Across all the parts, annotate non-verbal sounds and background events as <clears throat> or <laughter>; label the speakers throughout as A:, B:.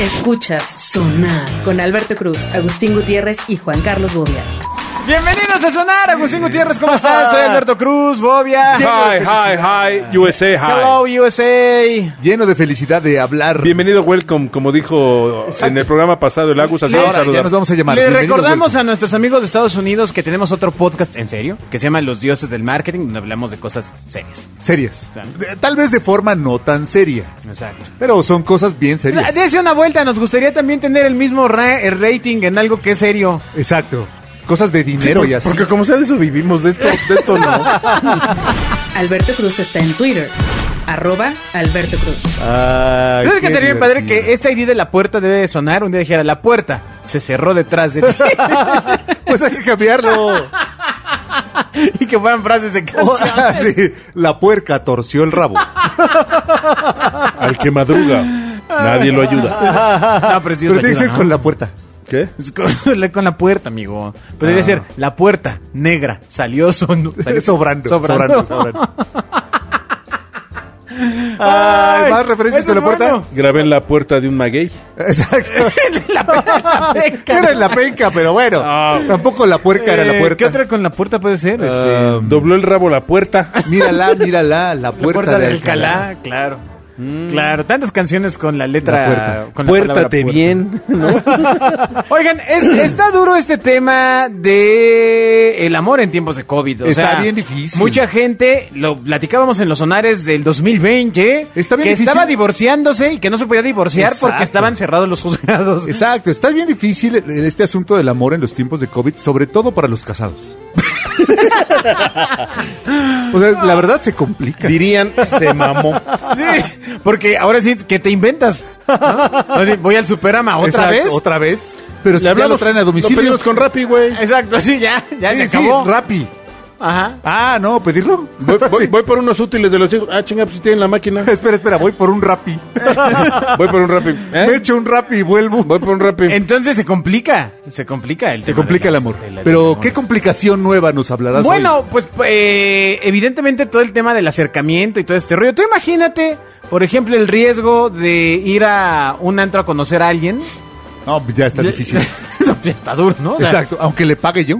A: Escuchas Sonar con Alberto Cruz, Agustín Gutiérrez y Juan Carlos Bobia.
B: Bienvenidos a Sonar, Agustín Gutiérrez, ¿cómo estás? Soy Alberto Cruz, Bobia.
C: Hi, hi, hi, USA, hi.
B: Hello USA.
D: Lleno de felicidad de hablar.
C: Bienvenido, welcome, como dijo en el programa pasado el Agus, así
D: Ahora
C: vamos a
D: ya
C: saludar.
D: nos vamos a llamar.
B: Le
D: Bienvenido,
B: recordamos
D: welcome.
B: a nuestros amigos de Estados Unidos que tenemos otro podcast en serio que se llama Los Dioses del Marketing, donde hablamos de cosas serias.
D: Serias.
B: Claro.
D: De- Tal vez de forma no tan seria,
B: Exacto.
D: pero son cosas bien serias.
B: Dese una vuelta, nos gustaría también tener el mismo ra- el rating en algo que es serio.
D: Exacto. Cosas de dinero y así.
C: Porque como sea de eso vivimos, de esto, de esto no.
A: Alberto Cruz está en Twitter, arroba Alberto Cruz.
D: Ay,
B: ¿Sabes que
D: qué
B: estaría bien padre
D: divertido.
B: que esta ID de la puerta debe de sonar? Un día dijera, la puerta se cerró detrás de ti.
D: <laughs> pues hay
B: <laughs>
D: que cambiarlo.
B: y que fueran frases de
D: <laughs> Oh,
B: canción.
D: sí. La puerca torció el rabo.
C: <laughs> Al que madruga, nadie lo ayuda.
B: No, pero <laughs> sí es
D: Pero tiene que
B: ayuda,
D: ser
B: ¿no?
D: con la puerta.
C: ¿Qué?
B: Es <laughs> con, la- con la puerta, amigo. Pero
D: Ah.
B: debería ser la puerta negra. Salió, son- <laughs> salió
D: Sobrando,
B: sobrando.
D: sobrando, sobrando. Ay,
B: <laughs> Ay,
D: más referencias
B: eso
D: de la
B: es
D: puerta.
B: bueno.
C: Grabé en la puerta de un maguey.
D: Exacto.
B: La peca.
D: Era en la penca, pero bueno.
C: Ah.
D: Tampoco la puerca era la
B: Eh,
D: puerta.
B: ¿Qué otra con la puerta puede ser? Este,
C: Ah, dobló el rabo la <laughs> puerta.
D: Mírala, mírala, la
B: la puerta,
D: puerta, Mm.
B: de Alcalá, claro. Claro, tantas canciones con la letra.
D: La puerta.
B: con la palabra
C: Puértate
B: puerta.
C: bien.
B: Oigan,
D: <clears throat>
B: es- está duro este tema de el amor en tiempos de COVID. O
D: Está
B: sea,
D: bien difícil.
B: Mucha gente, lo platicábamos en los sonares del 2020,
D: Está bien
B: que
D: difícil.
B: estaba divorciándose y que no se podía divorciar porque
D: Exacto.
B: estaban cerrados los juzgados.
D: Exacto, está bien difícil este asunto del amor en los tiempos de COVID, sobre todo para los casados. o sea, la verdad se
C: <laughs>
D: complica.
C: Dirían, se mamó.
B: Sí, porque ahora sí que te inventas. ¿no? Así, voy al Superama otra
D: Exacto,
B: vez.
D: Otra vez. Pero si ya lo traen a domicilio.
C: Lo pedimos con Rappi, güey.
B: Exacto, sí, ya, ya
D: Sí,
B: se
D: sí,
B: acabó.
D: Rappi.
B: Ajá.
D: Ah, no, pedirlo.
C: Voy, voy-
D: <laughs> Sí.
C: voy por unos útiles de los hijos. Ah, chinga, pues si tienen la <laughs> máquina.
D: Espera, espera, voy por un Rappi.
C: Voy por un Rappi. ¿Eh?
D: <laughs> Me echo un Rappi y vuelvo.
C: Voy por un Rappi.
B: Entonces se complica, se complica el
D: Se
B: tema
D: complica
B: de
D: el
B: las-
D: amor.
B: de la- del
D: Pero,
B: amor.
D: ¿qué complicación nueva nos hablarás hoy?
B: Bueno, pues eh, evidentemente todo el tema del acercamiento y todo este rollo. Tú imagínate, por ejemplo, el riesgo de ir a un antro a conocer a alguien.
D: No, ya está difícil.
B: Está duro, <laughs> ¿no? O sea,
D: <laughs> Exacto, aunque le pague yo.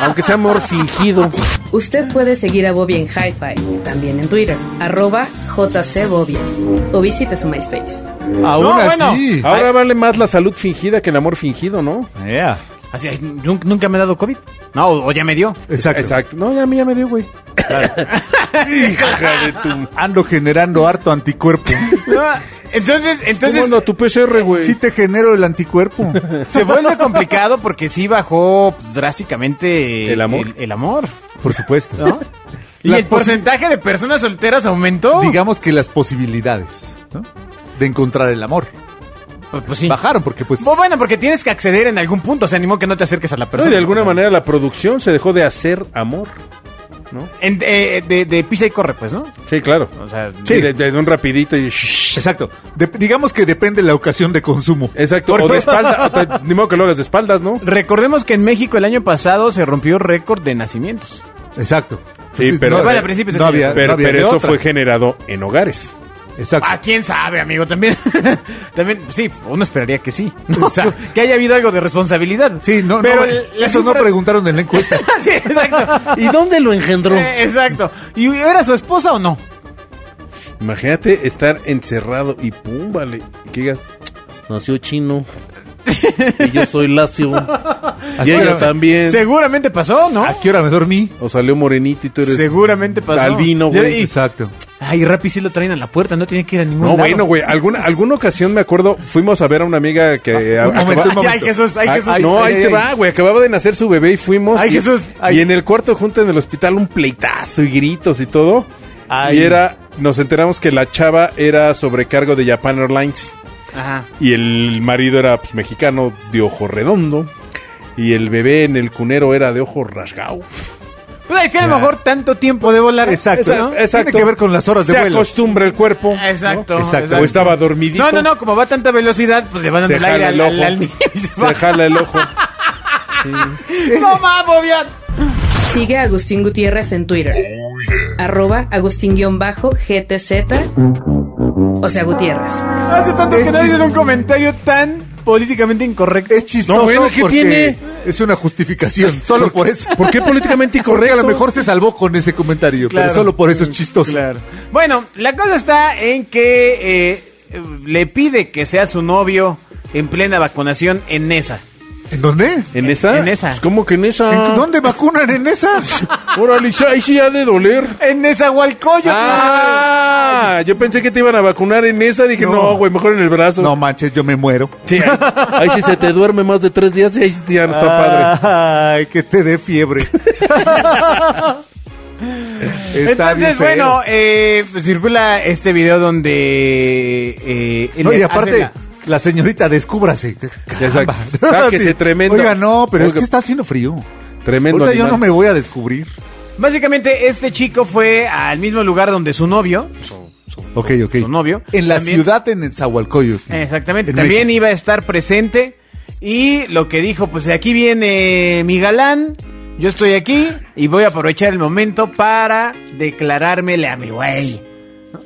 C: Aunque sea amor fingido.
A: Usted puede seguir a Bobia en Hi-Fi, también en Twitter, arroba JC Bobia, o visite su MySpace.
D: Aún
B: bueno.
D: así.
C: Ahora vale más la salud fingida que el amor fingido, ¿no?
D: Yeah.
B: Así, ay, nun- nunca me ha dado COVID. No, o o ya me dio.
D: Exacto.
C: No, ya a mí ya me dio, güey. <laughs> Hija de tu...
D: Ando generando harto
C: <laughs>
D: anticuerpo.
B: Entonces, entonces
C: Entonces, no, tu PCR, güey.
D: Sí te genero el anticuerpo.
B: se vuelve complicado porque sí bajó pues, drásticamente
C: ¿El amor?
B: El, el amor,
D: Por supuesto.
B: ¿no? y
D: Las
B: el porcentaje de personas solteras aumentó.
D: Digamos que las posibilidades ¿no? de encontrar el amor
B: Pues, pues sí.
D: bajaron porque pues
B: Bo- Bueno, porque tienes que acceder en algún punto. Se animó que no te acerques a la
C: No,
B: persona.
C: y de alguna manera la producción se dejó de hacer amor.
B: En- eh, de, de pisa y corre, pues, ¿no?
C: Sí, claro.
B: O sea,
C: Sí, de, de un rapidito y...
D: exacto. De- digamos que depende la ocasión de consumo.
C: Exacto. O de espalda. o te- ni modo que lo hagas de espaldas, ¿no?
B: recordemos que en México el año pasado se rompió récord de nacimientos.
D: Exacto.
C: Sí,
D: Entonces,
C: pero-
D: no,
B: Vale, al principio se
D: no
B: hacía.
D: había,
C: Pero,
D: no había
C: pero
D: de
C: eso
D: otra.
C: fue generado en hogares.
D: Exacto.
B: Ah, quién sabe, amigo, también. <laughs> también, sí, uno esperaría que sí. O sea, <laughs> que haya habido algo de responsabilidad.
D: Sí, no,
B: pero
D: no, <laughs>
B: el- la
D: eso no
B: cifra-
D: preguntaron en la encuesta.
B: <laughs> sí,
E: <laughs>
B: exacto.
C: ¿Y dónde lo engendró?
B: Eh, exacto. ¿Y era su esposa o no?
C: Imagínate estar encerrado y pum, vale. Y que digas, nació chino. y yo soy lacio. y ella
D: Bueno,
C: también.
B: Seguramente pasó, ¿no?
D: ¿A qué hora me dormí?
C: O salió morenito y tú eres...
B: Seguramente pasó.
C: Albino,
B: Ya-
C: güey.
B: y-
D: Exacto.
B: Ay, Rappi sí lo traen a la puerta, no tiene que ir a ningún
C: No,
B: lado.
C: bueno, güey. Alguna, alguna ocasión me acuerdo, fuimos a ver a una amiga que.
D: Ah, un
C: acaba-
D: momento, un
B: Ay, ay, Jesús, ay,
C: Ah,
B: Jesús.
C: no, ahí
D: Ay, ay,
C: te
D: ay.
C: va, güey. Acababa de nacer su bebé y fuimos.
B: Ay,
C: y,
B: Jesús, ay.
C: Y en el cuarto junto en el hospital un pleitazo y gritos y todo.
B: Ay.
C: Y era, nos enteramos que la chava era sobrecargo de Japan Airlines.
B: Ajá.
C: Y el marido era pues, mexicano de ojo redondo. Y el bebé en el cunero era de ojo rasgado.
B: Pues es que a lo mejor tanto tiempo de volar.
D: Exacto.
B: Esa-
D: Tiene que ver con las horas de
C: Se
D: vuelo.
C: acostumbra el cuerpo. ¿no?
B: Exacto,
D: exacto.
C: O estaba dormidito.
B: No, no, no, como va a tanta velocidad, pues le van dando
C: Se
B: el aire
C: jala el
B: al, al, al
C: ojo.
B: niño y se va.
C: Se jala el ojo.
B: <laughs> ¡No mames, Bobián!
A: Sigue a Agustín Gutiérrez en Twitter, arroba Agustín-GTZ o sea Gutiérrez.
B: Hace tanto que
D: Es
B: nadie
D: chis-
B: hizo un comentario tan políticamente incorrecto.
D: Es chistoso
C: No, bueno, ¿qué
D: porque
C: tiene?
D: es una
C: <laughs>
D: justificación, solo por eso.
C: ¿Por qué políticamente
D: <laughs> Porque a
C: incorrecto?
D: lo mejor se salvó con ese comentario,
B: Claro.
D: pero solo por eso es chistoso.
B: Claro. Bueno, la cosa está en que eh, le pide que sea su novio en plena vacunación en esa.
D: ¿En dónde?
C: ¿En
B: <laughs>
C: esa?
B: En esa.
C: Pues, ¿Cómo que en esa?
D: ¿En dónde vacunan en
C: <laughs>
D: esa?
C: Órale, ya- ahí sí ha de doler.
B: En esa Hualcoyo.
C: Ah, yo pensé que te iban a vacunar en esa. Dije,
D: No.
C: no, güey, mejor en el brazo.
D: No manches, yo me muero.
C: Sí, ahí, ahí sí se te duerme más de tres días y ahí sí ya no está <laughs> padre.
D: Ay, que te
C: <laughs>
D: dé fiebre. Está bien
B: Entonces,
D: feo.
B: bueno, eh, pues, circula este video donde... eh,
D: No, y
B: le hacen
D: aparte,
B: la-
D: la señorita, descúbrase. Caramba.
C: Exacto. Sáquese
D: Sí.
C: tremendo.
D: Oiga, no, pero es
C: Oiga.
D: que está haciendo frío.
C: Tremendo.
D: Ahorita yo
C: animal.
D: no me voy a descubrir.
B: Básicamente, este chico fue al mismo lugar donde su novio,
D: Ok, ok.
B: su novio.
D: En la
B: También-
D: ciudad, en Zahualcoyotl.
B: Exactamente.
D: En
B: También
D: México.
B: iba a estar presente. Y lo que dijo, pues de aquí viene mi galán. Yo estoy aquí y voy a aprovechar el momento para declarármele a mi güey.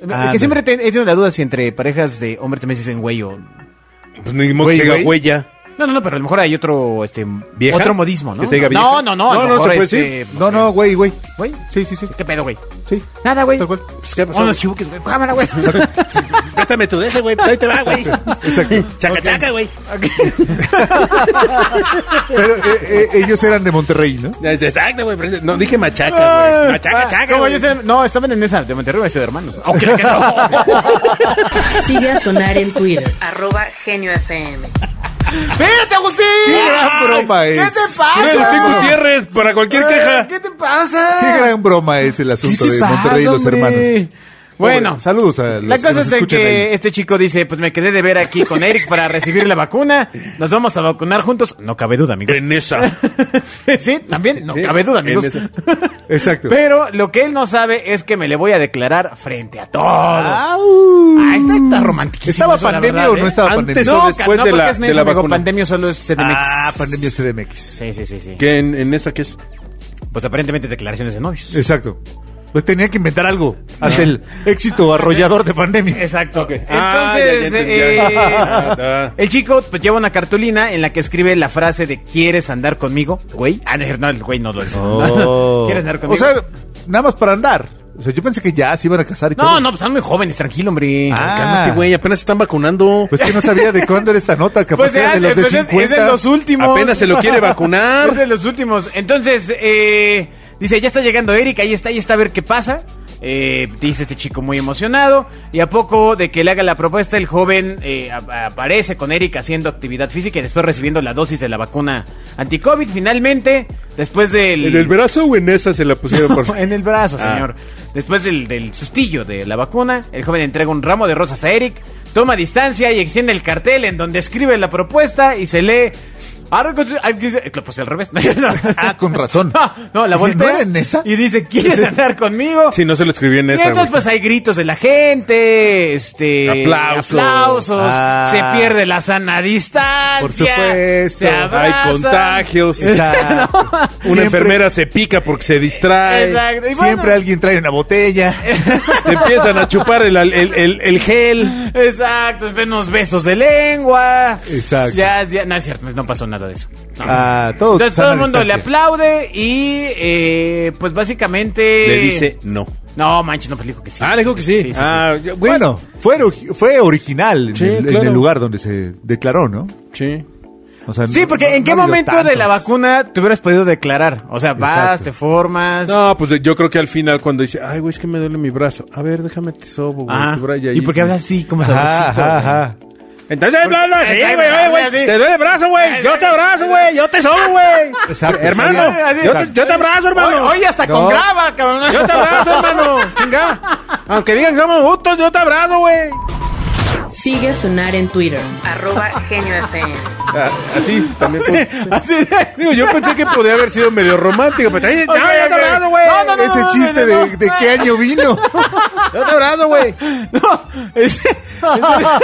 B: ¿No?
D: Ah,
B: que
D: no.
B: siempre te- he tenido la duda si entre parejas de hombre también se dicen güey o...
C: Pues ni modo que
D: Güey,
C: se haga
D: güey.
C: huella.
B: No, no, no, pero a lo mejor hay otro, este,
C: ¿Vieja?
B: otro modismo, ¿no?
C: ¿Que se diga vieja?
B: No, no, no, a
C: No,
B: lo
C: no,
B: mejor,
C: se puede
B: este,
C: decir.
D: No, no, güey, güey.
B: Güey,
D: Sí, sí, sí.
B: ¿qué pedo, güey?
D: Sí.
B: Nada, güey.
D: Tal cual.
C: Pues, ¿qué pasó?
B: Unos chibuques, güey. Cámara, güey.
C: Préstame tu de ese, güey. Ahí te va, güey.
D: Exacto.
C: Chaca, chaca, güey.
D: Pero eh, eh, ellos eran de Monterrey, ¿no?
C: Exacto, güey. préstame- No, dije machaca, güey. Machaca,
B: Ah,
C: chaca,
B: ¿cómo
C: güey.
B: ellos eran? No, estaban en esa de Monterrey, ese de hermanos. Aunque la que no.
A: Sigue a sonar en Twitter, arroba Genio FM.
B: <laughs> ¡Espérate, Agustín!
D: ¡Qué gran broma
B: ¿Qué
D: es!
B: te pasa?
C: Mira, Agustín Gutiérrez, para cualquier queja.
B: ¿Qué te pasa?
D: Qué gran broma es el asunto
B: ¿Qué te
D: de
B: pasa,
D: Monterrey y los
B: hombre?
D: hermanos.
B: Bueno,
D: Pobre, saludos a los
B: la
D: que
B: cosa
D: nos
B: es de
D: escuchan
B: que
D: ahí.
B: este chico dice, pues me quedé de ver aquí con Eric para recibir la vacuna. Nos vamos a vacunar juntos. No cabe duda, amigos.
C: En esa.
B: <laughs> sí, también, no
C: Sí,
B: cabe duda,
C: en
B: amigos.
C: esa.
D: Exacto.
B: Pero lo que él no sabe es que me le voy a declarar frente a todos. Ah, esta está romántica.
D: ¿Estaba pandemia o no estaba
C: Antes
D: pandemia?
C: o
B: ¿eh? No,
C: después
B: no,
C: de
B: porque
C: la-
B: es
C: de
B: neta,
C: la
B: amigo,
C: vacuna?
B: pandemia solo es CDMX.
D: Ah, pandemia CDMX.
B: Sí, sí, sí, sí.
C: ¿Qué en, en esa qué es?
B: Pues aparentemente declaraciones de novios.
D: Exacto. Pues tenía que inventar algo. Hasta el éxito arrollador de pandemia.
B: Exacto.
C: Ah,
B: Entonces,
C: ya, ya entendí, ya.
B: eh,
C: Ah, ah.
B: el chico pues, lleva una cartulina en la que escribe la frase de ¿Quieres andar conmigo, güey? Ah, no, no, el güey no lo dice. <laughs> <laughs> ¿Quieres andar
D: Oh. o
B: conmigo?
D: sea, nada más para andar. O sea, yo pensé que ya se iban a casar y todo.
B: no, no, pues están muy jóvenes, tranquilo, hombre.
D: Ah,
C: Cálmate, güey. Apenas se están vacunando.
D: Pues que no sabía de cuándo era esta nota. Capaz
B: Pues
D: que era de los de
B: pues, es-
D: 50.
B: es de los últimos.
C: Apenas se lo quiere
B: <laughs>
C: vacunar.
B: Es de los últimos. Entonces, eh, dice, ya está llegando Eric, ahí está, ahí está, a ver qué pasa. Eh, dice este chico muy emocionado. Y a poco de que le haga la propuesta, el joven eh, a- aparece con Eric haciendo actividad física y después recibiendo la dosis de la vacuna anti-COVID. Finalmente, después del...
C: ¿En el brazo o en esa se la pusieron
B: <laughs>
C: por <laughs>
B: en el brazo,
C: Ah.
B: señor. Después del, del sustillo de la vacuna, el joven entrega un ramo de rosas a Eric, toma distancia y extiende el cartel en donde escribe la propuesta y se lee. "Ah, "Ahora con su- ay, que se-" Lo puse al revés. <laughs> No, no.
D: Ah, con razón.
B: No, no, la
D: ¿No
B: voltea
D: era en esa?
B: y dice, ¿quieres andar conmigo?
C: Si no se lo escribió en
B: Y
C: esa.
B: entonces pues hay gritos de la gente, este
C: Aplausos.
B: aplausos,
D: Ah.
B: se pierde la sana distancia,
D: Por supuesto.
C: pues,
B: se
C: güey.
B: abrazan.
C: Hay contagios.
B: <laughs>
D: Exacto.
C: Una
D: Siempre-
C: enfermera se pica porque se distrae.
B: Exacto. Y
D: Siempre
B: bueno,
D: alguien trae
B: <laughs>
D: una botella.
C: Se empiezan a chupar el, el, el, el gel.
B: Exacto, después unos besos de lengua.
D: Exacto.
B: Ya, ya, no es cierto, no pasó nada de eso. No.
D: Ah, todo
B: Entonces
D: sana
B: todo el mundo le
D: distancia.
B: aplaude y eh, pues básicamente...
C: Le dice no.
B: No, manches, no, pues le dijo que sí.
C: Ah, le dijo que sí.
B: Sí, sí, sí.
C: ah, ya- güey.
D: Bueno, fue, ori- fue original en,
C: Sí,
D: el, en
C: claro.
D: el lugar donde se declaró, ¿no?
C: Sí.
D: O sea,
B: Sí,
D: no-
B: porque
D: no-
B: ¿en
D: no
B: qué
D: ha habido
B: momento de la
D: tantos.
B: vacuna te hubieras podido declarar? O sea, vas,
D: Exacto.
B: te formas...
C: No, pues yo creo que al final cuando dice, ay, güey, es que me duele mi brazo. A ver, déjame te sobo, güey.
B: Ajá.
C: tu brazo ahí.
B: Ah, ¿Y por qué hablas así, como
D: Ajá,
B: sabrosito?
D: ajá, ajá.
C: Entonces, bla, bla, sí, güey, oye, güey.
B: Sí.
C: Te duele el brazo, güey. Yo te abrazo, güey. Yo te sobo, güey.
D: Exacto.
C: Hermano,
D: Así
C: <laughs>
D: es.
C: yo te, yo te abrazo, hermano.
B: Hoy, hoy hasta
D: No.
B: con grava, cabrón.
C: Yo te abrazo, hermano. Chinga. Aunque digan que vamos juntos, yo te abrazo, güey.
A: Sigue a sonar en Twitter, arroba Genio FM.
C: Ah, así también. puedo.
B: <laughs> Así de-
C: <laughs> Digo, yo pensé que podía haber sido medio romántico, pero también.
B: Ok,
C: no, yo te
B: ok.
C: abrazo, güey.
B: No, no, no,
D: Ese
B: no, Ah.
D: chiste
B: no, no.
D: de, de qué año vino.
C: Yo te abrazo, güey.
B: No, es-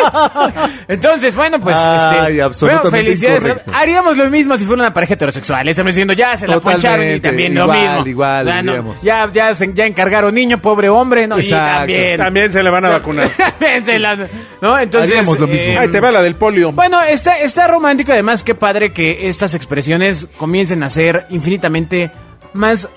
B: <laughs> Entonces, bueno, pues
D: Ay,
B: este,
D: absolutamente
B: bueno, felicidades.
D: incorrecto.
B: Haríamos lo mismo si fuera una pareja heterosexual. Estamos diciendo, ya se la
D: Totalmente,
B: poncharon y también lo
D: igual,
B: mismo.
D: igual,
B: ya, no,
D: diríamos.
B: ya, ya, se- ya encargaron niño, pobre hombre, no, y
D: Exacto.
B: también.
C: También se le van a vacunar.
B: <laughs> También se la- ¿no? Entonces, eh,
D: Haríamos lo mismo.
C: Ahí te va la del polio.
B: Bueno, está, está romántico. Además, qué padre que estas expresiones comiencen a ser infinitamente más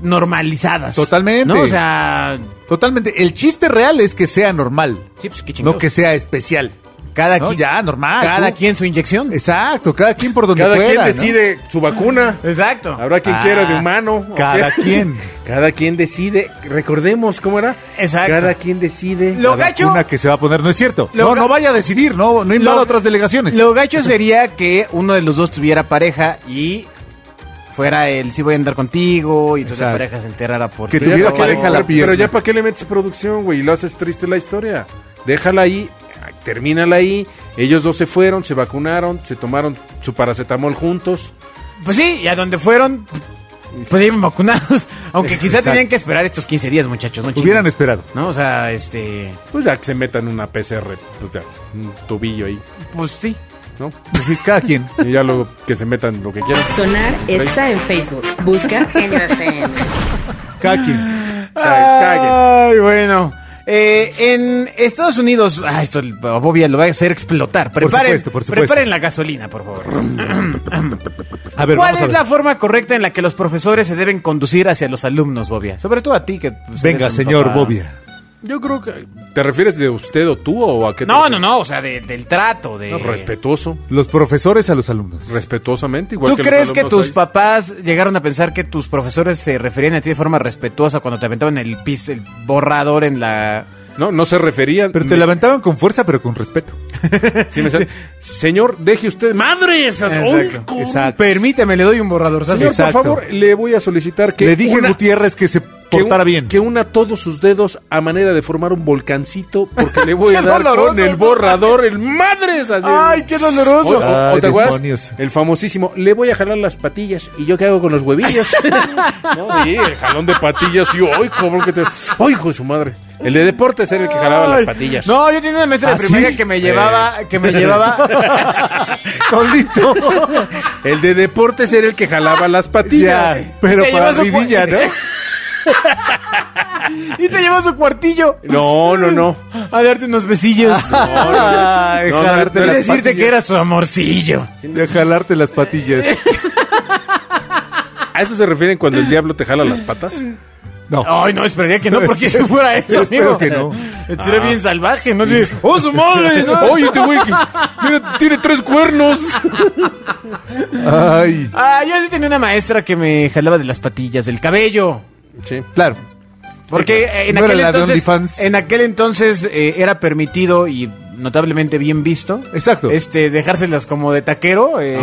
B: normalizadas.
D: Totalmente.
B: ¿No? O sea,
D: <laughs> Totalmente. El chiste real es que sea normal.
B: sí, pues, qué chingados.
D: No que sea especial.
B: cada
D: No,
B: quien-
D: ya, normal.
B: cada
D: tú.
B: quien su inyección.
D: Exacto, cada quien por donde
C: Cada
D: pueda.
C: quien
D: ¿no?
C: decide su vacuna.
B: Exacto.
C: Habrá quien
D: Ah,
C: quiera de humano. ¿o
D: cada
C: qué?
D: quien.
C: <laughs> Cada quien decide. Recordemos cómo era.
B: Exacto.
C: Cada quien decide.
B: Lo-
D: La
B: gacho-
D: vacuna que se va a poner, no es cierto.
B: Lo
D: no,
B: ga-
D: no vaya a decidir, no, no invada
B: Lo-
D: otras <laughs> delegaciones.
B: Lo gacho sería que uno de los dos tuviera pareja y fuera el sí voy a andar contigo y entonces la
D: Exacto.
B: pareja se enterara por
D: Que
B: ti.
D: tuviera
B: Pero-
D: que pareja dejar la
C: pero,
D: pierna.
C: pero ya para qué le metes producción, güey, y lo haces triste la historia. Déjala ahí, termínala ahí. Ellos dos se fueron, se vacunaron, se tomaron su paracetamol juntos.
B: Pues sí, y a donde fueron, pues iban vacunados. <laughs> Aunque quizá
D: Exacto.
B: tenían que esperar estos 15 días, muchachos. No
D: Hubieran
B: chinguen.
D: esperado.
B: ¿No? O sea, este.
C: Pues ya que se metan una PCR, pues ya, un tubillo ahí,
B: Pues sí.
C: ¿no?
D: Pues sí, cada quien.
C: Y ya luego que se metan lo que quieran.
A: Sonar está en Facebook. <laughs> Busca Genio FM.
D: Cada quien.
B: Ah.
C: Ca- caguen.
B: Ay, bueno. Eh, en Estados Unidos, ah, esto a Bobia lo va a hacer explotar. Preparen,
D: supuesto, por supuesto.
B: preparen la gasolina, por favor.
D: A ver,
B: ¿Cuál
D: vamos
B: es
D: a ver.
B: la forma correcta en la que los profesores se deben conducir hacia los alumnos, Bobia? Sobre todo a ti que... pues,
D: Venga,
B: eres un
D: señor
B: papá.
D: Bobia.
C: Yo creo que. ¿Te refieres de usted o tú o a qué? te
B: No, no,
C: refieres?
B: no, o sea, de- del trato, de...
C: No, Respetuoso,
D: Los profesores a los alumnos.
C: respetuosamente. Igual
B: ¿Tú
C: los
B: crees que
C: alumnos
B: tus
C: ahí.
B: papás llegaron a pensar que tus profesores se referían a ti de forma respetuosa cuando te aventaban el pis, el borrador en la...
C: No, no se referían.
D: Pero te
C: Me-
D: levantaban con fuerza, pero con respeto.
C: Sí,
B: <laughs>
C: me sale, Señor, deje usted. ¡Madres! ¡Ay,
B: Exacto,
C: con-
D: exacto.
B: Permíteme, le doy un borrador. ¿sabes?
C: Señor,
D: Exacto.
C: por favor, le voy a solicitar que.
D: Le dije
C: una-
D: a Gutiérrez que se
C: que un-
D: portara bien.
C: Que una todos sus dedos a manera de formar un volcancito, porque le voy a
B: Qué
C: dar
B: doloroso,
C: con el
B: no
C: borrador, el madres. Así.
B: ¡Ay, qué
C: O,
B: doloroso!
C: o- o
D: Ay,
C: te acuerdas,
D: demonios.
C: el famosísimo, le voy a jalar las patillas, y yo qué hago con los huevillos. no, sí, el jalón de patillas, y ay, cabrón, que te. Ay, hijo de su madre. El de deportes era el que jalaba las
B: Ay.
C: patillas.
B: No, yo tenía una maestra
D: ¿Ah,
B: de primaria
D: sí?
B: que me llevaba, que me llevaba,
D: <laughs> <laughs>
C: <laughs>
D: Solito.
C: El de deportes era el que jalaba las patillas.
D: ya, pero
B: Te
D: para
B: llevas un
D: mi villa, ¿no?
B: y te llevaba a su cuartillo.
C: No, no, no.
B: A darte unos besillos. <laughs>
C: <laughs>
D: Ay,
C: No, no,
D: jalarte
B: Y
C: no,
D: las
B: decirte
D: patillas.
B: que era su amorcillo.
D: De jalarte las patillas.
C: <laughs> ¿A eso se refieren cuando el diablo te jala las patas?
D: No.
B: Ay, no, esperaría que no, porque si fuera
D: <laughs>
B: eso,
D: Yo espero
B: amigo.
D: que no.
B: Estaría
D: Ah.
B: bien salvaje, ¿no? Así, ¡Oh, su
D: <laughs>
B: madre! ¿no?
C: Oye, este güey que- mira, tiene tres cuernos.
D: Ay.
B: Ah, yo sí tenía una maestra que me jalaba de las patillas, del cabello.
C: Sí.
D: Claro.
B: Porque eh, en,
D: No era
B: aquel
D: la de
B: entonces,
D: OnlyFans.
B: en aquel entonces eh, era permitido y notablemente bien visto.
D: Exacto. Ah,
B: Este, dejárselas como de taquero. eh,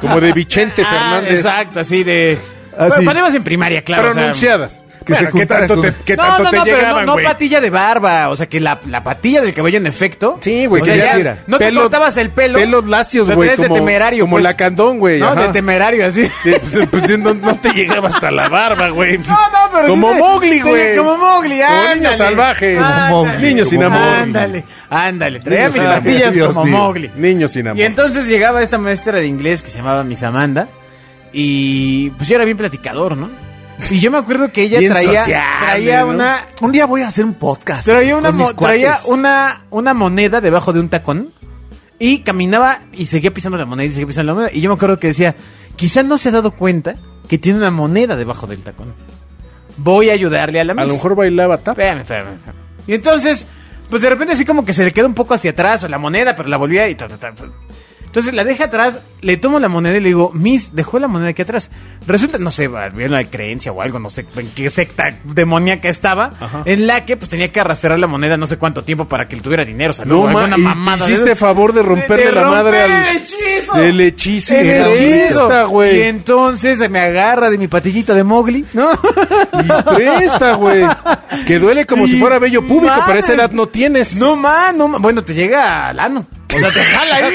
C: Como de Vicente
B: Ah,
C: Fernández.
B: exacto, así de.
D: Ah,
B: Bueno,
D: sí.
B: cuando ibas en primaria, claro. o sea,
C: Pronunciadas.
D: Que se
C: ¿qué
D: juntaran
C: tanto
D: con-
C: te, qué
B: no,
C: tanto
B: no,
C: te
B: no, pero
C: llegaban,
B: no, no
C: güey?
B: patilla de barba. O sea, que la, la patilla del cabello en efecto.
C: Sí, güey,
B: o
C: que
B: sea,
D: ya
B: ya
D: sí era.
B: No te
C: Pelos-
B: cortabas el pelo.
C: pelos lacios,
B: O sea,
C: güey,
B: tenías de
C: como-
B: temerario.
C: como
B: pues.
C: lacandón, güey,
B: No,
C: ajá.
B: de temerario, así.
C: Sí, pues, pues, sí, no, no te llegaba hasta la barba,
B: <laughs>
C: güey.
B: No, no, pero sí
C: Como
B: te-
C: Mowgli,
B: te-
C: güey.
B: Como Mowgli,
C: Como niño
B: ándale.
C: salvaje. Como
B: Ándale.
D: Mowgli,
C: Niño sin
D: como
C: amor.
D: Mowgli.
B: Ándale, ándale. Traía
D: Niño
B: mis
D: sin amor,
B: patillas
D: Dios
B: como
D: mío.
B: Mowgli.
C: Niño sin amor.
B: Y entonces llegaba esta maestra de inglés que se llamaba Miss Amanda. Y pues yo era bien platicador, ¿no? Y yo me acuerdo que ella
C: Bien
B: traía,
C: sociable,
B: traía
C: ¿no?
B: una.
D: Un día voy a hacer un podcast.
B: Traía una,
D: con
B: mo-
D: mis
B: traía <laughs>
D: cuates.
B: una, una moneda debajo de un tacón. Y caminaba y seguía pisando la moneda y seguía pisando la moneda. Y yo me acuerdo que decía: Quizá no se ha dado cuenta que tiene una moneda debajo del tacón. Voy a ayudarle a la
C: A
B: Miss.
C: lo mejor bailaba tap.
B: Espérame, espérame, espérame. Y entonces, pues de repente así como que se le queda un poco hacia atrás o la moneda, pero la volvía y ta, ta, ta, ta. Entonces la deja atrás, le tomo la moneda y le digo, Miss, dejó la moneda aquí atrás. Resulta, no sé, había una creencia o algo, no sé en qué secta demoníaca estaba, en la que pues tenía que arrastrar la moneda no sé cuánto tiempo para que él tuviera dinero, o sea,
C: No,
B: luego
C: ma,
B: alguna
C: y
B: mamada
C: te hiciste
B: de-
C: favor de romperle
B: de
C: la madre
B: romper
C: al-
B: el hechizo.
C: del hechizo.
B: El
C: Era
B: hechizo.
C: bonito. güey.
B: Y entonces me agarra de mi patillita de Mowgli, ¿no?
C: Y presta, güey. Que duele como
B: Y
C: si fuera bello público, pero a esa
B: madre.
C: edad no tienes.
B: No, man, no, ma. bueno, te llega al ano. O sea, te jala ahí.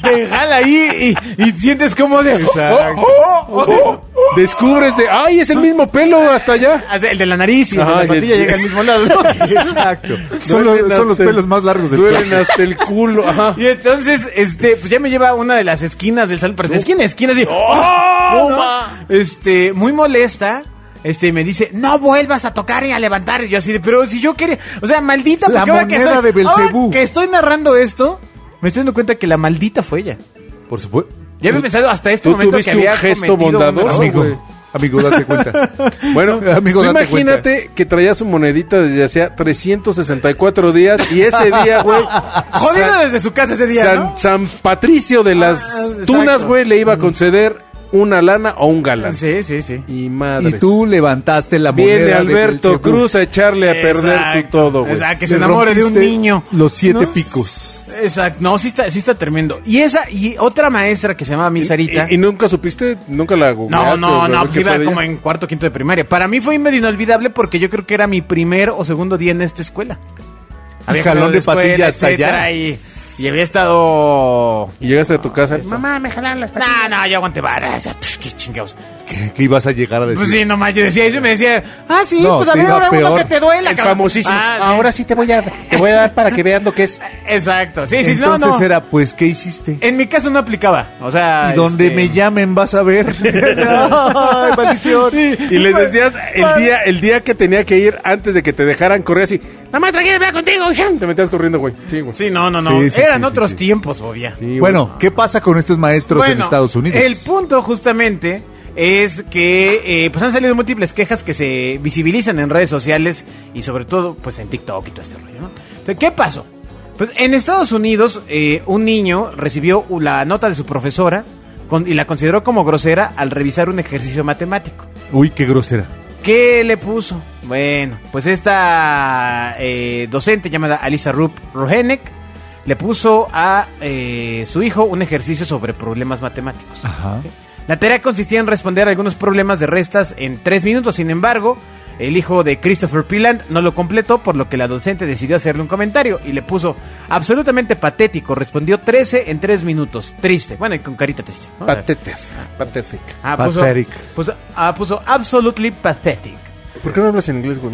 B: te jala ahí y, y sientes como de.
C: <laughs>
D: Exacto.
B: ¡Oh, oh, oh, oh!
C: Descubres de, ay, es el mismo pelo hasta allá.
B: O sea, El de la nariz y el de
C: Ajá,
B: la
C: y-
B: patilla llega al mismo lado.
D: <laughs> Exacto. Son, los,
C: Duelen
D: son los
C: hasta el-
D: pelos más largos del
C: Duelen
D: cuerpo.
C: hasta el
B: <laughs>
C: culo, ajá.
B: Y entonces, este, pues ya me lleva a una de las esquinas del salón. Pero de esquina a esquina, así.
C: ¡Oh,
B: <laughs> ¡No,
C: ma!
B: Este, muy molesta. Este, y me dice, no vuelvas a tocar y a levantar. Y yo así de, pero si yo quería. O sea, maldita,
D: La
B: porque ahora que
D: moneda
B: estoy,
D: de Belcebú.
B: ahora que estoy narrando esto, me estoy dando cuenta que la maldita fue ella.
D: Por supuesto.
B: Ya había pensado hasta este
C: tú
B: momento que
C: tuviste un
B: había
C: gesto
B: cometido un
C: bondadoso,
B: error,
C: amigo.
B: güey.
D: Amigo, date
B: <laughs>
D: cuenta.
C: Bueno,
D: Amigo,
C: tú
D: date
C: imagínate que traías su monedita desde hacía 364 días y ese
B: <laughs>
C: día, güey.
B: Jodido
C: San-
B: desde su casa ese día,
C: San,
B: ¿no?
C: San Patricio de las
B: Ah, exacto.
C: Tunas, güey, le iba a conceder una lana o un galán.
B: Sí, sí, sí.
C: Y madre.
D: Y tú levantaste la moneda.
C: Viene
D: de
C: Alberto
D: Belcebú.
C: Cruz a echarle a perder su
B: Exacto,
C: todo, güey.
B: Exacto, que se
D: Le
B: enamore de un
D: rompiste
B: niño.
D: Los siete
B: ¿no?
D: picos.
B: Exacto, no, sí está, sí está tremendo. Y esa, y otra maestra que se llamaba Miss Sarita.
C: ¿Y, y nunca supiste? ¿Nunca la
B: no,
C: googleaste,
B: no,
C: güey,
B: no,
C: qué
B: pues
C: fue
B: iba
C: de
B: como
C: ella?
B: en cuarto, quinto de primaria. Para mí fue medio inolvidable porque yo creo que era mi primer o segundo día en esta escuela.
D: jalón
B: cambiado
D: de patilla hasta
B: etcétera,
D: allá.
B: Y, y había estado...
C: Y llegaste a tu casa.
E: Mamá, me jalaron las patas.
B: No, no, yo aguanté vara. ya, pf, Qué chingados.
D: ¿Qué, qué ibas a llegar a decir?
B: Pues sí, nomás yo decía eso y me decía, ah, sí,
D: No,
B: pues a
D: te
B: ver,
D: iba
B: ahora uno
D: peor.
B: que te duela.
C: El
B: cabrón.
C: famosísimo.
B: Ah, sí.
E: Ahora sí te voy a te voy a dar para que veas lo que es.
B: Exacto, sí, sí, no,
D: Entonces
B: no.
D: era, pues, ¿qué hiciste?
B: En mi caso no aplicaba, o sea...
D: Y donde
B: este-
D: me llamen vas a ver.
B: <laughs>
D: Ay, <laughs> maldición.
C: Y les
B: Pues,
C: decías el día, el día que tenía que ir antes de que te dejaran correr así.
E: Mamá, tranquila, vea contigo. Sean.
C: Te metías corriendo, güey. Sí, güey.
B: Sí, no, no, no.
D: Sí, sí,
B: Eran
D: sí, sí,
B: otros
D: sí.
B: tiempos, obvia.
C: Sí, güey.
D: Bueno, ¿qué pasa con estos maestros en
B: Bueno,
D: Estados Unidos?
B: El punto justamente es que eh, pues han salido múltiples quejas que se visibilizan en redes sociales y sobre todo pues en TikTok y todo este rollo, ¿no? Entonces, ¿qué pasó? Pues en Estados Unidos eh, un niño recibió la nota de su profesora con- y la consideró como grosera al revisar un ejercicio matemático.
D: Uy, qué grosera.
B: ¿Qué le puso? Bueno, pues esta eh, docente llamada Alisa Rup Rohenek le puso a eh, su hijo un ejercicio sobre problemas matemáticos.
D: Ajá.
B: La tarea consistía en responder algunos problemas de restas en tres minutos, sin embargo, el hijo de Christopher Piland no lo completó, por lo que la docente decidió hacerle un comentario y le puso absolutamente patético, respondió 13 en tres minutos, triste, bueno, y con carita triste. ¿no?
C: Patética. Patética.
B: Ah, puso,
D: Pathetic.
B: puso- ah, puso absolutely pathetic.
C: ¿Por qué no hablas en inglés, güey?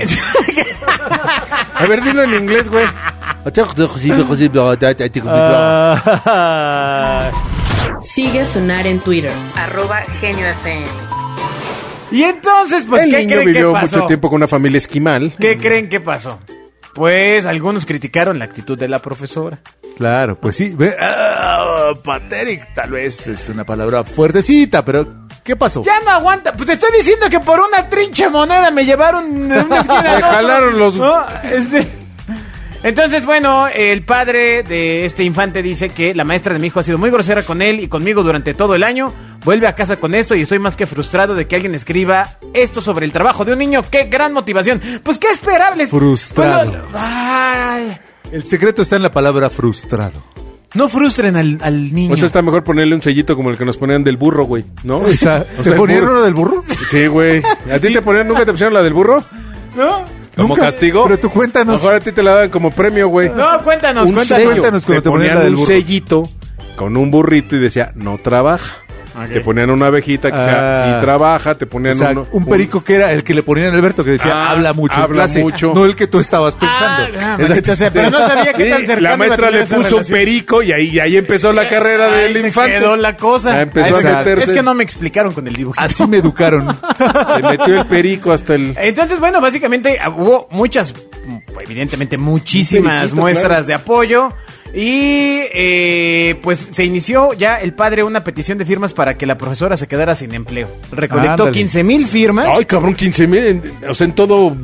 C: A ver, dilo en inglés, güey.
B: Ah.
A: Sigue a Sonar en Twitter, arroba Genio FM.
B: <laughs> Y entonces, pues,
C: el
B: ¿qué
C: niño
B: creen que
C: vivió
B: pasó?
C: mucho tiempo con una familia esquimal.
B: ¿Qué creen que pasó? Pues algunos criticaron la actitud de la profesora.
D: Claro, pues sí. ve- ah, pathetic, tal vez es una palabra fuertecita, pero ¿qué pasó?
B: Ya no aguanta. Pues te estoy diciendo que por una trinche moneda me llevaron de
C: <laughs>
B: una esquina. a
C: Me
B: otra,
C: jalaron los-
B: ¿no? Este- Entonces, bueno, el padre de este infante dice que la maestra de mi hijo ha sido muy grosera con él y conmigo durante todo el año. Vuelve a casa con esto y estoy más que frustrado de que alguien escriba esto sobre el trabajo de un niño. ¡Qué gran motivación! Pues qué esperable.
D: Frustrado.
B: Bueno, ay,
D: El secreto está en la palabra frustrado.
B: no frustren al, al niño.
C: O sea, Pues está mejor ponerle un sellito como el que nos ponían del burro, güey. ¿No?
D: O sea,
C: <laughs> O
D: ¿Te
C: sea, el
D: ponieron
C: burro.
D: uno
C: <laughs>
D: del burro?
C: Sí, güey. ¿A ti te ponían, nunca te pusieron la del burro?
B: ¿No?
C: ¿Como
D: Nunca.
C: castigo?
D: Pero tú cuéntanos.
C: Mejor a ti te la daban como premio, güey.
B: No, cuéntanos,
D: Un
B: cuéntanos.
D: sello. cuéntanos cuando
C: te
D: te ponían
C: ponían
D: la del
C: un
D: burro.
C: sellito con un burrito y decía, no trabaja.
B: Ok.
C: Te ponían una abejita que sea,
D: Ah.
C: sí trabaja, te ponían
D: O sea,
C: uno-
D: un perico que era el que le ponían a Alberto que decía
C: Ah,
D: habla mucho en
C: habla
D: clase",
C: mucho.
D: no el que tú estabas pensando.
B: Ah, maldita sea, pero no sabía qué tan
C: Sí,
B: cercano
C: La maestra
B: iba a
C: le
B: tener esa
C: puso
B: relación.
C: perico y ahí, y ahí empezó la carrera
B: Eh, Ahí
C: del
B: se
C: infante.
B: quedó la cosa.
C: Ah, empezó
B: Ahí
C: a
B: se-
C: meterse.
B: Es que no me explicaron con el dibujito.
D: Así
B: <laughs>
D: me educaron. <laughs>
C: Se metió el perico hasta el...
B: Entonces, bueno, básicamente ah, hubo muchas, mm, evidentemente muchísimas
C: Periquito,
B: muestras
C: claro.
B: de apoyo. Y eh, pues se inició ya el padre una petición de firmas para que la profesora se quedara sin empleo. Recolectó
D: Ándale.
B: 15 mil firmas.
C: Ay, cabrón, 15 mil. O sea, en todo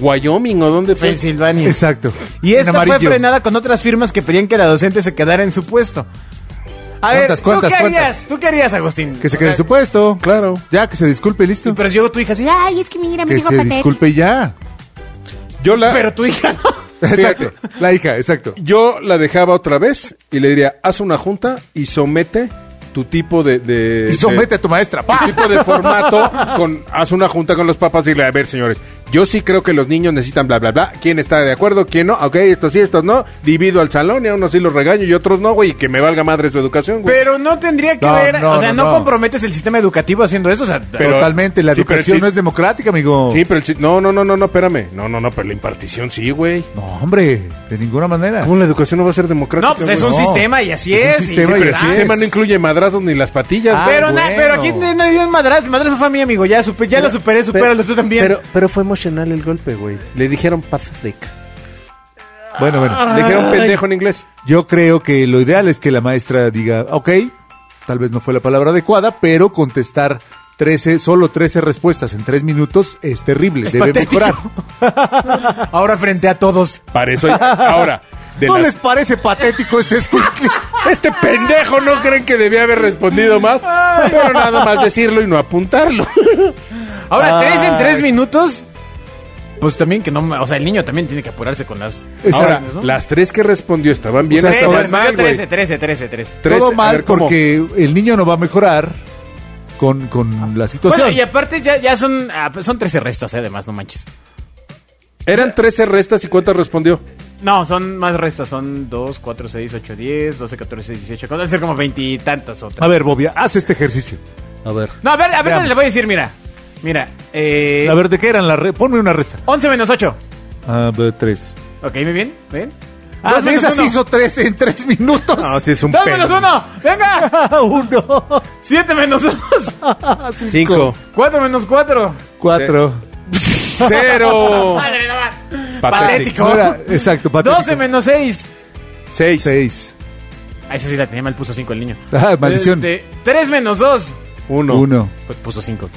C: Wyoming o dónde fue.
B: Pensilvania.
D: Exacto.
B: Y
D: En
B: esta fue
D: amarillo.
B: frenada con otras firmas que pedían que la docente se quedara en su puesto. A ver,
D: ¿Cuántas, cuántas,
B: ¿tú qué harías?
D: cuántas?
B: ¿Tú qué harías, Agustín?
D: Que se quede en su puesto.
C: Claro.
D: Ya, que se disculpe, listo.
B: Pero llegó tu hija ah, así, ay, es que mira, me
D: Que
B: dijo
D: se
B: patético.
D: disculpe ya.
C: Yo la,
B: Pero tu hija no.
D: Exacto. La hija, exacto.
C: yo la dejaba otra vez y le diría, haz una junta y somete tu tipo de... de
D: Y somete
C: de-
D: a tu maestra.
C: tu tipo de formato con haz una junta con los papás y le a ver señores Yo sí creo que los niños necesitan bla, bla, bla. ¿Quién está de acuerdo? ¿Quién no? Ah, Ok, estos sí, estos no. Divido al salón y a unos sí los regaño y otros no, güey. Y que me valga madre su educación, güey.
B: Pero no tendría que
D: No,
B: ver,
D: no,
B: o sea,
D: no,
B: no,
D: no.
B: comprometes el sistema educativo haciendo eso, o sea,
C: Pero-
D: Totalmente, la
C: sí, pero
D: educación
C: sí.
D: no es democrática, amigo.
C: Sí, pero el... si- No, no, no, no, no, espérame. No, no, no, pero la impartición sí, güey.
D: No, hombre, de ninguna manera.
C: ¿Cómo la educación no va a ser democrática,
B: no, pues es
C: güey?
B: un
D: no.
B: sistema y así
D: Es
B: es.
D: un
B: y-
D: sistema
C: Sí,
D: y
C: pero el
D: así
B: Ah,
C: sistema
D: es.
C: no incluye madrazos ni las patillas,
D: Ah,
C: güey.
B: pero, na-
D: bueno.
B: pero aquí no hay un madrazo, madrazo fue mía, amigo, ya, supe- ya la superé, supéralo tú también.
C: Pero, pero fue emocional el golpe, güey. Le dijeron pathetic.
D: Bueno, bueno.
C: Le dijeron pendejo en inglés.
D: Yo creo que lo ideal es que la maestra diga, ok, tal vez no fue la palabra adecuada, pero contestar 13, solo 13 respuestas en 3 minutos es terrible,
B: Es
D: debe
B: patético.
D: mejorar. <laughs>
B: Ahora frente a todos. <laughs>
C: Para eso, hay- ahora, de
D: ¿No
C: las-
D: les parece patético este escuincle? <laughs>
C: este pendejo no creen que debía haber respondido más, pero nada más decirlo y no apuntarlo.
B: Ahora,
D: Ay.
B: tres en tres minutos. Pues también que no, o sea, el niño también tiene que apurarse con las...
C: Ahora,
D: <laughs> Exacto.
B: ¿no?
C: las tres que respondió estaban bien,
D: O sea,
C: hasta
D: estaban
C: estaban mal, güey.
B: 13, 13, 13, 13.
C: Tres,
D: Todo
C: a
D: mal
C: ver, ¿cómo?
D: porque el niño no va a mejorar con, con la situación.
B: Bueno, y aparte ya, ya son, ah, pues son 13 restas, eh, además, no manches.
C: Eran 13 restas y cuántas respondió.
B: No, son más restas, son 2, 4, 6, 8, 10, 12, 14, 6, 18. Deben ser como veintitantas otras.
D: A ver, Bobia, haz este ejercicio.
C: A ver.
B: No, a ver, a ver,
D: Veamos.
B: le voy a decir, mira. Mira, eh.
D: A ver, ¿de qué eran las re- Ponme una resta.
B: 11 menos 8.
D: A ver, 3.
B: Ok, muy bien, muy bien.
D: Ah,
B: Dos
D: de
B: menos
D: esas
B: uno.
D: hizo 3 en 3 minutos. Ah,
C: No, sí es un
B: ¡Dos
C: pedo.
B: menos uno! ¡Venga!
D: Uno,
B: 7 menos 2.
C: Cinco.
B: 4 menos 4.
D: cuatro.
C: Cero.
B: Madre, no va.
C: Patético.
B: Patético.
D: No era- exacto, patético.
B: 12 menos 6.
C: Seis.
D: Seis.
B: Ah, esa sí la tenía mal, puso 5 el niño.
D: Ah, maldición.
B: Este, 3 menos 2.
C: Uno.
D: Uno.
B: Pues puso 5.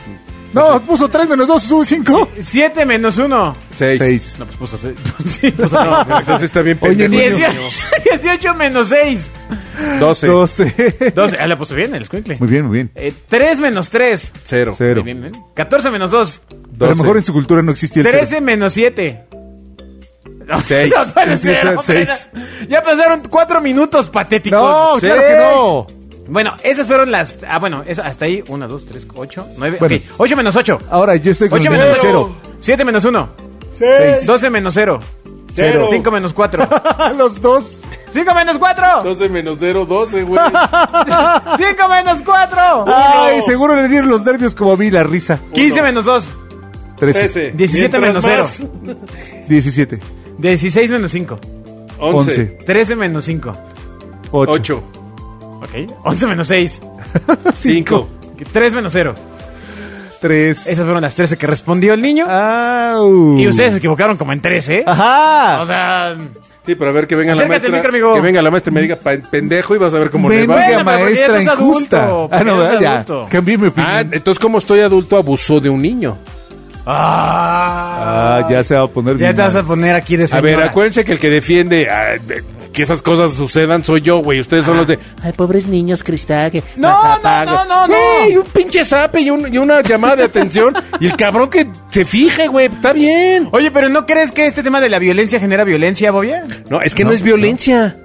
D: No, puso 3 menos 2, sube 5.
B: 7 menos 1.
C: Seis.
D: 6.
B: No, pues puso 6. <laughs> Sí, puso 9.
C: Entonces está bien
D: <laughs> Oye,
C: pendejo.
D: niño.
B: <laughs> 18, 18 menos 6.
C: Doce.
D: 12.
B: 12. Ah, la puso bien el squinkle.
D: <laughs> Muy bien, muy bien.
B: Eh, 3 menos 3.
C: Cero.
D: Cero.
B: Bien, bien. 14 menos 2.
D: Pero a lo mejor en su cultura no existía el
B: 13 menos 7. No,
C: Seis.
B: <laughs> no puede
D: Sí, sí,
B: ser, hombre,
D: seis.
B: no. Ya pasaron 4 minutos patéticos.
D: No, claro que no.
B: Bueno, esas fueron las. Ah, bueno, es hasta ahí. 1, 2, 3, 8, 9.
D: Bueno.
B: Ok, 8 menos 8.
D: Ahora yo estoy con
B: 8
D: el
B: menos
D: menos
B: 0. 7 menos 1.
D: 6.
B: 12 menos 0.
C: Cero.
B: 5 menos
D: <laughs>
B: 4.
D: Los dos.
B: 5 menos 4.
C: Doce menos cero, doce,
D: <laughs>
C: güey.
B: 5 menos 4.
D: Ay, seguro le dieron los nervios como a mí la risa.
B: 15 menos 2.
D: 13.
B: 17 menos 0.
D: 17.
B: 16 menos 5.
D: 11.
B: 13 menos 5.
D: 8. <laughs>
C: Ocho.
B: Ok. 11 menos 6.
D: 5.
B: 3 menos 0.
D: 3.
B: Esas fueron las 13 que respondió el niño.
D: Au.
B: Y ustedes se equivocaron como en 13, ¿eh?
C: <laughs>
D: Ajá.
B: O sea.
C: Sí, pero a ver que venga la
B: Acércate al
C: maestra.
B: micro, amigo.
C: que venga la maestra y me diga "Pa- pendejo y vas a ver cómo le va.
D: Bendiga
B: Bueno, pero porque ya
D: maestra
B: estás
D: injusta.
B: adulto,
D: ah,
B: porque ya
D: no, ¿verdad?
B: estás
D: ya.
B: adulto.
D: Cambié mi
C: Ah,
D: opinión.
C: entonces como estoy adulto abusó de un niño.
B: Ah.
D: Ah, ya se va a poner
B: Ya
D: bien
B: te vas a
D: mal.
B: poner aquí de
C: A ver,
B: señora.
C: acuérdense que el que defiende ah, eh, que esas cosas sucedan soy yo, güey. Ustedes son los de
E: Ay, pobres niños, cristal. Que
B: No,
E: las
B: no,
E: apago.
B: no, no, no.
C: "Güey, un pinche zape y, un- y una llamada de atención y el cabrón que se fije, güey, está bien.
B: Oye, pero ¿no crees que este tema de la violencia genera violencia, Bobia?
C: No, es que no, es violencia.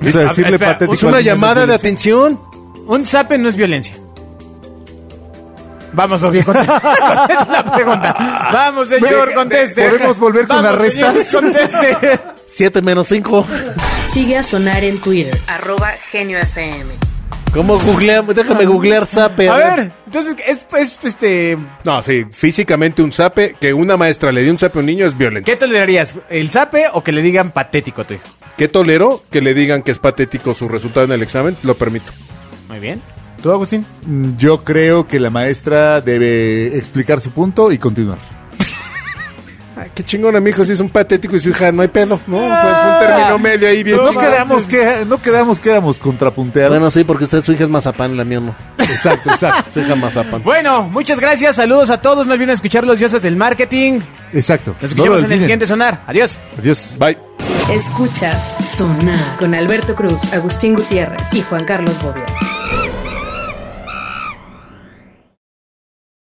D: O sea,
B: A-
D: decirle
B: espera,
D: patético
C: Es
D: al
C: una
D: niño no
C: llamada de
D: tienes-
C: atención.
B: Un zape no es violencia. Vamos, Bobia, <laughs> contesta la pregunta. Vamos, señor, conteste.
D: ¿Podemos volver con
B: Vamos,
D: las
B: señor,
D: restas?
B: conteste.
E: Siete menos cinco.
A: Sigue a Sonar en Twitter, arroba Genio FM.
E: ¿Cómo googleamos? Déjame googlear Zape.
B: A ver, entonces, es, es, este...
C: No, sí, físicamente un zape, que una maestra le dé un zape a un niño es violencia.
B: ¿Qué tolerarías? ¿El zape o que le digan patético a tu hijo?
C: ¿Qué tolero que le digan que es patético su resultado en el examen? Lo permito.
B: Muy bien. ¿Tú, Agustín?
D: Mm, Yo creo que la maestra debe explicar su punto y continuar.
C: Ay, qué chingón, mi hijo, si es un patético y su hija no hay pedo, ¿no?
B: Ah.
C: O sea, fue un término medio ahí bien
D: No
C: chingón.
D: quedamos que no quedamos que éramos contrapunteados.
E: Bueno, sí, porque usted su hija es mazapán, la mía no.
D: Exacto, exacto.
E: Su hija es mazapán.
B: Bueno, muchas gracias, saludos a todos, no olviden escuchar los dioses del marketing.
D: Exacto.
B: Nos
D: No lo
B: escuchamos en el
D: olviden.
B: siguiente sonar. Adiós.
D: Adiós.
C: Bye.
A: Escuchas Sonar con Alberto Cruz, Agustín Gutiérrez y Juan Carlos Bobia.